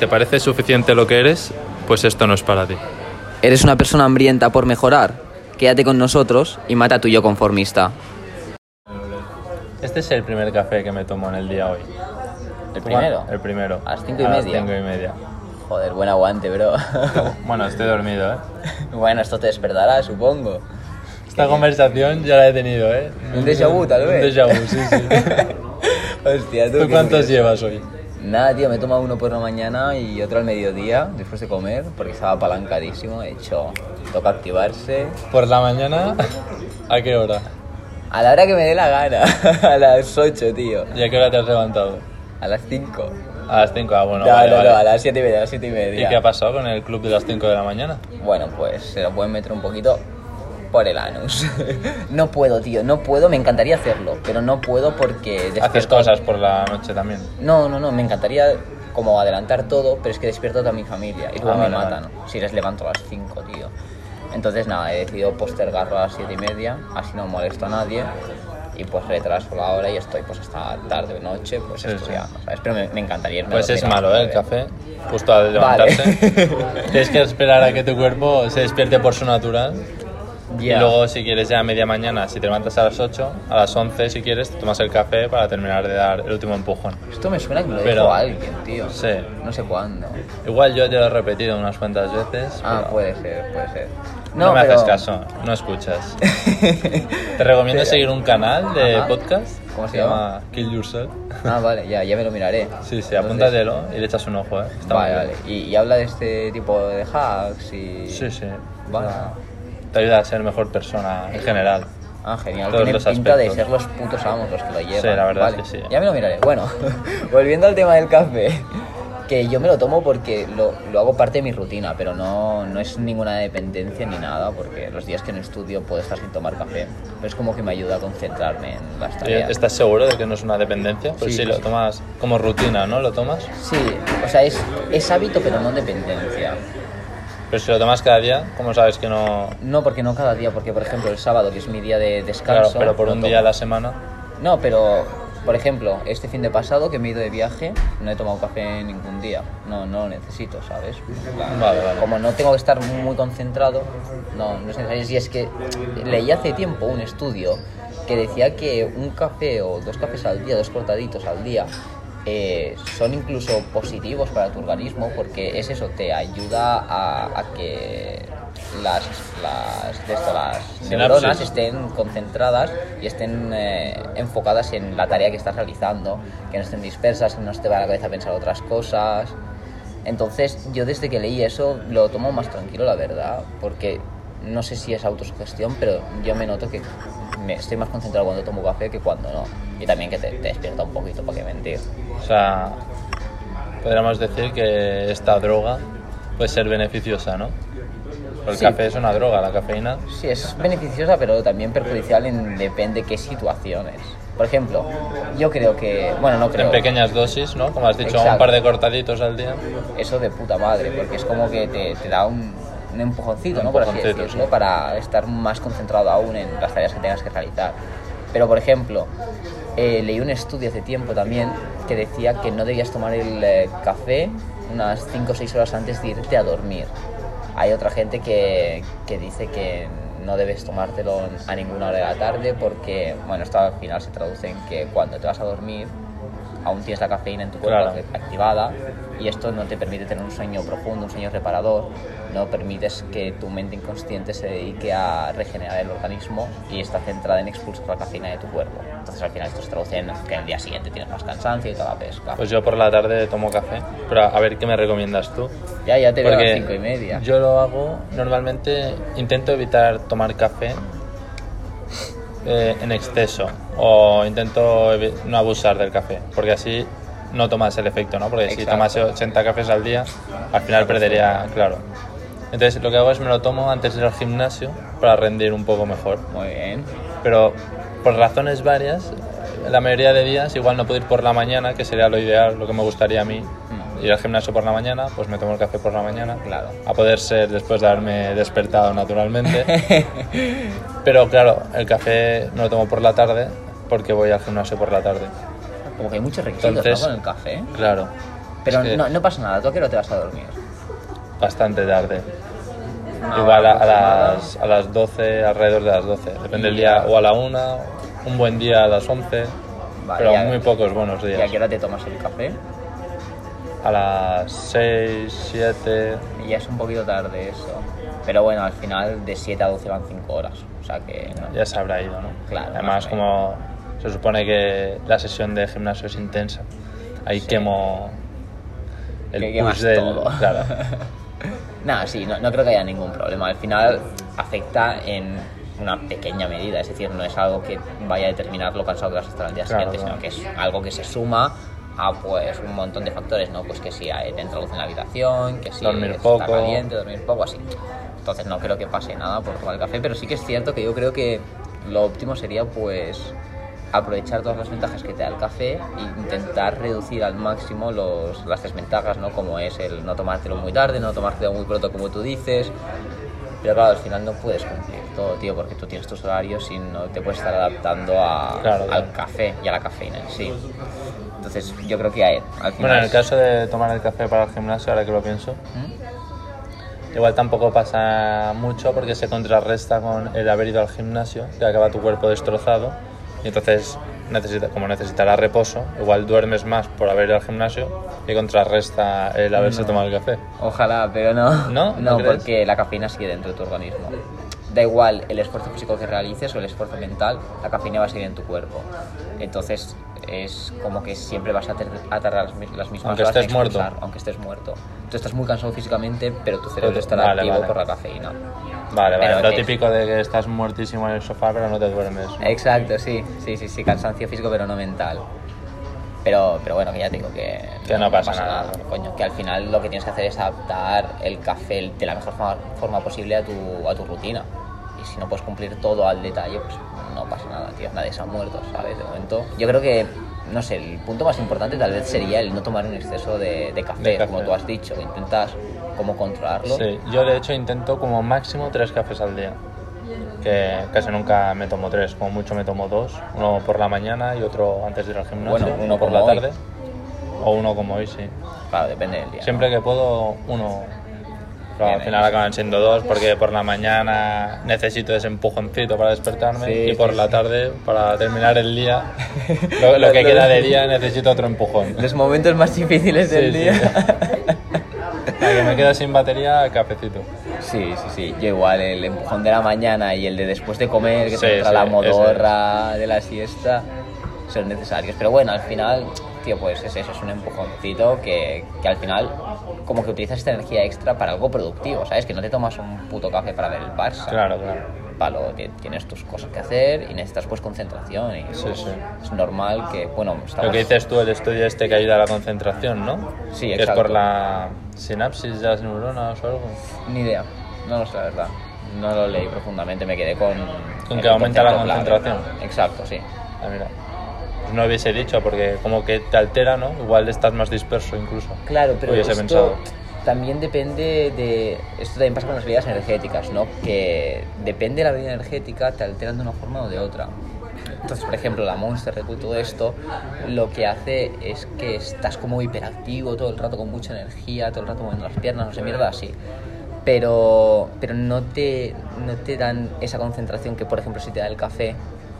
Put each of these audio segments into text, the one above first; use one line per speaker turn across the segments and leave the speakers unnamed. ¿Te parece suficiente lo que eres? Pues esto no es para ti.
Eres una persona hambrienta por mejorar. Quédate con nosotros y mata a tu yo conformista.
Este es el primer café que me tomo en el día hoy. Toma-
¿El primero?
El primero.
A las cinco y
A las
media.
cinco y media.
Joder, buen aguante, bro.
Bueno, estoy dormido, ¿eh?
bueno, esto te despertará, supongo.
Esta conversación ya la he tenido, ¿eh?
Un déjà vu, tal vez.
Un déjà vu, sí, sí.
Hostia,
¿Tú
qué
cuántos
nervios.
llevas hoy?
Nada, tío, me he tomado uno por la mañana y otro al mediodía, después de comer, porque estaba apalancadísimo. De hecho, toca activarse.
¿Por la mañana? ¿A qué hora?
A la hora que me dé la gana, a las 8, tío.
¿Y a qué hora te has levantado?
A las 5.
A las 5, ah, bueno,
no,
vale,
no,
vale.
no, a las 7 y media, a las 7 y
¿Y
media.
qué ha pasado con el club de las 5 de la mañana?
Bueno, pues se lo pueden meter un poquito por el anus. no puedo, tío, no puedo, me encantaría hacerlo, pero no puedo porque
Haces
despierto...
cosas por la noche también.
No, no, no, me encantaría como adelantar todo, pero es que despierto a toda mi familia y luego
Ah,
me
vale,
matan si les levanto a las 5, tío. Entonces nada, he decidido postergarlo a las 7 y media, así no molesto a nadie y pues retraso la hora y estoy pues hasta tarde o noche pues
Sí, sí.
estudiando, ¿sabes? Pero me, me encantaría irme a
Pues es
dormir a las
malo, ¿eh? El
nueve.
café, justo al levantarse. Tienes que esperar a que tu cuerpo se despierte por su natural.
Ya.
Y luego, si quieres, ya a media mañana, si te levantas a las 8, a las 11, si quieres, te tomas el café para terminar de dar el último empujón.
Esto me suena que me lo
Pero-
dijo alguien, tío.
Sí.
No sé cuándo.
Igual yo ya lo he repetido unas cuantas veces.
Ah,
pero
puede ser, puede ser.
No, me
pero-
haces caso, no escuchas. Te recomiendo seguir un canal de
Ajá.
podcast.
¿Cómo se
que llama? Kill Yourself.
Ah, vale, ya, ya me lo miraré.
Sí, sí,
Entonces-
apúntatelo y le echas un ojo, ¿eh? Está
vale,
muy
vale.
bien.
Y, y habla de este tipo de hacks y...
Sí, sí.
Vale. Eh,
Te ayuda a ser mejor persona en general.
Ah, genial.
Todos
Tienen
los
pinta de
aspectos.
ser los putos amos los que lo llevan.
Sí, la verdad
Vale,
es que sí.
Ya me lo miraré. Bueno, volviendo al tema del café. Que yo me lo tomo porque lo, lo hago parte de mi rutina, pero no, no es ninguna dependencia ni nada, porque los días que no estudio puedo estar sin tomar café. Pero es como que me ayuda a concentrarme en las
Eh,
tareas.
¿Estás seguro de que no es una dependencia? Pues
Sí,
sí,
sí,
lo
sí.
tomas como rutina, ¿no? Lo tomas.
Sí, o sea, es, es hábito, pero no dependencia.
Pero si lo tomas cada día, ¿cómo sabes que no...?
No, porque no cada día, porque por ejemplo el sábado, que es mi día de
Claro,
descanso.
pero por
no
un
tomo.
día a la semana.
No, pero por ejemplo, este fin de pasado que me he ido de viaje, no he tomado café ningún día. No, no lo necesito, ¿sabes? En plan,
Vale, vale.
Como no tengo que estar muy concentrado, no, no es necesario. Y es que leí hace tiempo un estudio que decía que un café o dos cafés al día, dos cortaditos al día, eh, son incluso positivos para tu organismo porque es eso, te ayuda a, a que las, las, de esto, las
Sinapsis.
neuronas estén concentradas y estén eh, enfocadas en la tarea que estás realizando, que no estén dispersas, que no se te va la cabeza a pensar otras cosas. Entonces, yo desde que leí eso lo tomo más tranquilo, la verdad, porque no sé si es autosugestión, pero yo me noto que me estoy más concentrado cuando tomo café que cuando no. Y también que te, te despierta un poquito, para qué mentir.
O sea, podríamos decir que esta droga puede ser beneficiosa, ¿no? Pero El
Sí.
café es una droga, la cafeína.
Sí, es beneficiosa, pero también perjudicial en depende qué situaciones. Por ejemplo, yo creo que... Bueno, no creo.
En pequeñas dosis, ¿no? Como has dicho,
Exacto.
un par de cortaditos al día.
eso de puta madre, porque es como que te, te da un, un empujoncito,
Un
¿no? Por así
empujoncito,
decirlo,
sí.
para estar más concentrado aún en las tareas que tengas que realizar. Pero, por ejemplo, eh, leí un estudio hace tiempo también que decía que no debías tomar el eh, café unas 5 o 6 horas antes de irte a dormir. Hay otra gente que, que dice que no debes tomártelo a ninguna hora de la tarde porque, bueno, esto al final se traduce en que cuando te vas a dormir aún tienes la cafeína en tu cuerpo
Claro.
activada y esto no te permite tener un sueño profundo, un sueño reparador, no permites que tu mente inconsciente se dedique a regenerar el organismo y está centrada en expulsar la cafeína de tu cuerpo. Entonces al final esto se traduce en que el día siguiente tienes más cansancio y toda la pesca.
Pues yo por la tarde tomo café. Pero a ver qué me recomiendas tú.
ya, ya te veo a las
Porque
cinco y media.
Yo lo hago normalmente, intento evitar tomar café eh, en exceso o intento evi- no abusar del café, porque así no tomas el efecto, ¿no? Porque si
Exacto.
tomase 80 cafés al día, al final perdería, claro. Entonces lo que hago es me lo tomo antes de ir al gimnasio para rendir un poco mejor,
Muy bien.
pero por razones varias, la mayoría de días igual no puedo ir por la mañana, que sería lo ideal, lo que me gustaría a mí,
Mm.
ir al gimnasio por la mañana, pues me tomo el café por la mañana,
Claro.
a poder ser después de haberme despertado naturalmente. Pero claro, el café no lo tomo por la tarde porque voy al gimnasio por la tarde.
Como que hay muchos requisitos ¿no?
Entonces-
con el café.
Claro.
Pero
Es que-
no, no pasa nada, ¿tú a qué hora te vas a dormir?
bastante tarde.
Una
Igual a,
hora
a
aproximada.
las, a las 12, alrededor de las 12. Depende del
Y-
día, o a la 1, un buen día a las 11,
Vale,
pero
y a-
muy pocos buenos
¿Y a
días.
qué hora te tomas el café?
A las 6, 7,
Y ya es un poquito tarde eso. Pero bueno, al final de 7 a 12 van 5 horas. O sea que... no.
ya se habrá ido, ¿no?
Claro, más
Además,
o
como se supone que la sesión de gimnasio es intensa, ahí
Sí.
quemo el
Que
push
quemas
del.
todo.
Claro,
Nada, sí, no, no creo que haya ningún problema. Al final afecta en una pequeña medida, es decir, no es algo que vaya a determinar lo cansado que vas a estar al día
Claro,
siguiente, sino
claro.
que es algo que se suma a pues un montón de factores, ¿no? Pues que si hay- te entra luz en la habitación, que si
Dormir
está
poco.
caliente, dormir poco, así. Entonces no creo que pase nada por tomar el café, pero sí que es cierto que yo creo que lo óptimo sería pues aprovechar todas las ventajas que te da el café e intentar reducir al máximo los, las desventajas, ¿no? Como es el no tomártelo muy tarde, no tomártelo muy pronto como tú dices. Pero claro, al final no puedes cumplir todo, tío, porque tú tienes tus horarios y no te puedes estar adaptando a-
Claro,
al
claro.
café y a la cafeína en sí. Entonces yo creo que hay, al final...
Bueno, en el
es-
caso de tomar el café para el gimnasio, ahora que lo pienso,
¿Mm?
igual tampoco pasa mucho porque se contrarresta con el haber ido al gimnasio, que acaba tu cuerpo destrozado, y entonces, necesita, como necesitará reposo, igual duermes más por haber ido al gimnasio y contrarresta el haberse
No.
tomado el café.
Ojalá, pero no.
¿No? ¿No
No,
crees?
porque la cafeína sigue dentro de tu organismo. Da igual el esfuerzo físico que realices o el esfuerzo mental, la cafeína va a seguir en tu cuerpo. Entonces es como que siempre vas a, ter- a tardar las, mi- las mismas
Aunque
horas en
estés muerto.
expulsar, Aunque estés muerto. Tú estás muy cansado físicamente, pero tu cerebro
Pero-
estará
vale,
activo
vale.
por la cafeína.
Vale,
Pero
vale, lo
es-
típico de que estás muertísimo en el sofá pero no te duermes.
Eh. Exacto, sí, sí, sí, sí, cansancio físico pero no mental. Pero, pero bueno, que ya te digo que,
Que no pasa nada.
Coño, que al final lo que tienes que hacer es adaptar el café de la mejor forma, forma posible a tu, a tu rutina. Y si no puedes cumplir todo al detalle, pues no pasa nada, tío. Nadie se ha muerto, ¿sabes? De momento. Yo creo que, no sé, el punto más importante tal vez sería el no tomar un exceso de, de café,
De café.
como tú has dicho. que Intentas como controlarlo.
Sí, yo de hecho intento como máximo tres cafés al día. Que casi nunca me tomo tres, como mucho me tomo dos, uno por la mañana y otro antes de ir al gimnasio,
Bueno, uno
por
como
la
hoy.
tarde, o uno como hoy, sí.
Claro, depende del día. ¿no?
Siempre que puedo, uno. Pero
Bien,
al final
bien.
acaban siendo dos, porque por la mañana necesito ese empujoncito para despertarme
Sí,
y por
sí,
la
sí.
tarde, para terminar el día, lo, lo que
Lo-
queda de día necesito otro empujón.
Los momentos más difíciles del
Sí, sí.
día.
La que me queda sin batería, cafecito.
Sí, sí, sí. Yo igual el empujón de la mañana y el de después de comer, que
Sí,
te entra
sí,
la
ese
modorra de la siesta, son necesarios. Pero bueno, al final, tío, pues es eso, es un empujoncito que, que al final como que utilizas esta energía extra para algo productivo, ¿sabes? Que no te tomas un puto café para ver el Barça.
Claro, claro.
Palo, ti- tienes tus cosas que hacer y necesitas pues concentración y
Sí,
pues,
sí.
es normal que, bueno, estamos...
Lo que dices tú, el estudio este que ayuda a la concentración, ¿no?
Sí,
Que
exacto.
Es por la sinapsis de las neuronas o algo.
Ni idea, no lo sé, la verdad. No lo leí profundamente, me quedé con...
Con
el
que aumenta la
concepto clave.
concentración.
Exacto, sí.
Ah, mira. Pues no hubiese dicho porque como que te altera, ¿no? Igual estás más disperso incluso.
Claro, pero
Hubiese
esto
pensado.
también depende de... Esto también pasa con las bebidas energéticas, ¿no? Que depende de la bebida energética, te alteran de una forma o de otra. Entonces, por ejemplo, la Monster Recu, todo esto, lo que hace es que estás como hiperactivo todo el rato, con mucha energía, todo el rato moviendo las piernas, no sé, mierda así. Pero, pero no, te, no te dan esa concentración que, por ejemplo, si te da el café,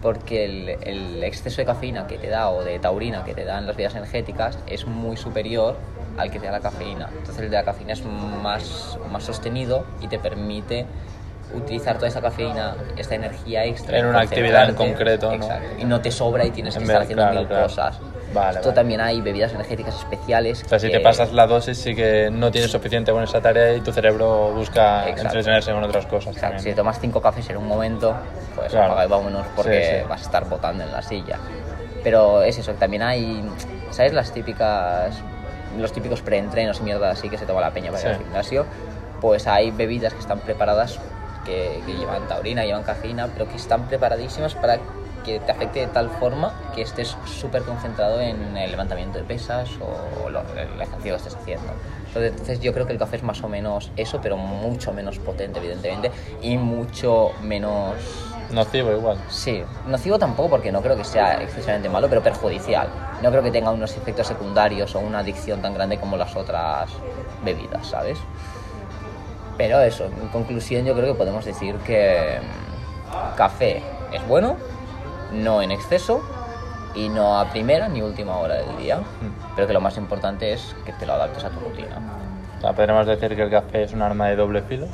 porque el, el exceso de cafeína que te da o de taurina que te dan las bebidas energéticas es muy superior al que te da la cafeína. Entonces el de la cafeína es más, más sostenido y te permite utilizar toda esa cafeína, esta energía extra.
En una actividad en
concentrarte.
concreto, ¿no?
Exacto. Y no te sobra y tienes que
En
estar
vez-
haciendo
claro,
mil
claro.
cosas.
Vale,
Esto
vale.
también hay bebidas energéticas especiales.
O sea, si te pasas la dosis sí que no tienes suficiente con esa tarea y tu cerebro busca
Exacto.
entretenerse con otras cosas.
Exacto, si te
también.
tomas cinco cafés en un momento, pues
Claro.
apaga y vámonos porque
Sí, sí.
vas a estar botando en la silla. Pero es eso, también hay, ¿sabes? Las típicas, los típicos preentrenos y mierda así que se toma la peña para ir
Sí.
al gimnasio, pues hay bebidas que están preparadas que, que llevan taurina, llevan cafeína, pero que están preparadísimas para que te afecte de tal forma que estés súper concentrado en el levantamiento de pesas o lo- el ejercicio que estés haciendo. Entonces, entonces yo creo que el café es más o menos eso, pero mucho menos potente, evidentemente, y mucho menos
Nocivo igual.
Sí, nocivo tampoco porque no creo que sea excesivamente malo, pero perjudicial. no creo que tenga unos efectos secundarios o una adicción tan grande como las otras bebidas, ¿sabes? Pero eso, en conclusión yo creo que podemos decir que mm, café es bueno, no en exceso y no a primera ni última hora del día,
Hmm.
pero que lo más importante es que te lo adaptes a tu rutina.
O sea, podríamos decir que el café es un arma de doble filo.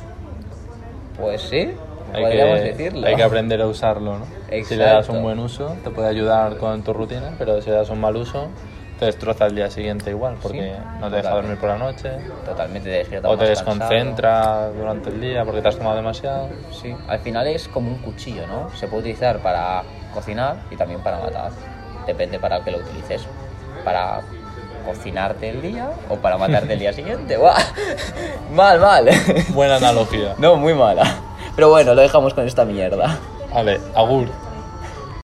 Pues sí,
Hay
podríamos
que,
decirlo.
Hay que aprender a usarlo, ¿no? Si le das
Exacto.
un buen uso, te puede ayudar con tu rutina, pero si le das un mal uso, te destroza el día siguiente igual, porque no te deja
totalmente.
dormir por la noche,
Totalmente te despierta
o te
más cansado.
desconcentra durante el día porque te has tomado demasiado.
Sí, al final es como un cuchillo, ¿no? Se puede utilizar para cocinar y también para matar. Depende para qué lo utilices. Para cocinarte el día o para matarte el día siguiente. ¡Buah! Mal, mal.
Buena analogía.
No, muy mala. Pero bueno, lo dejamos con esta mierda.
Vale, agur.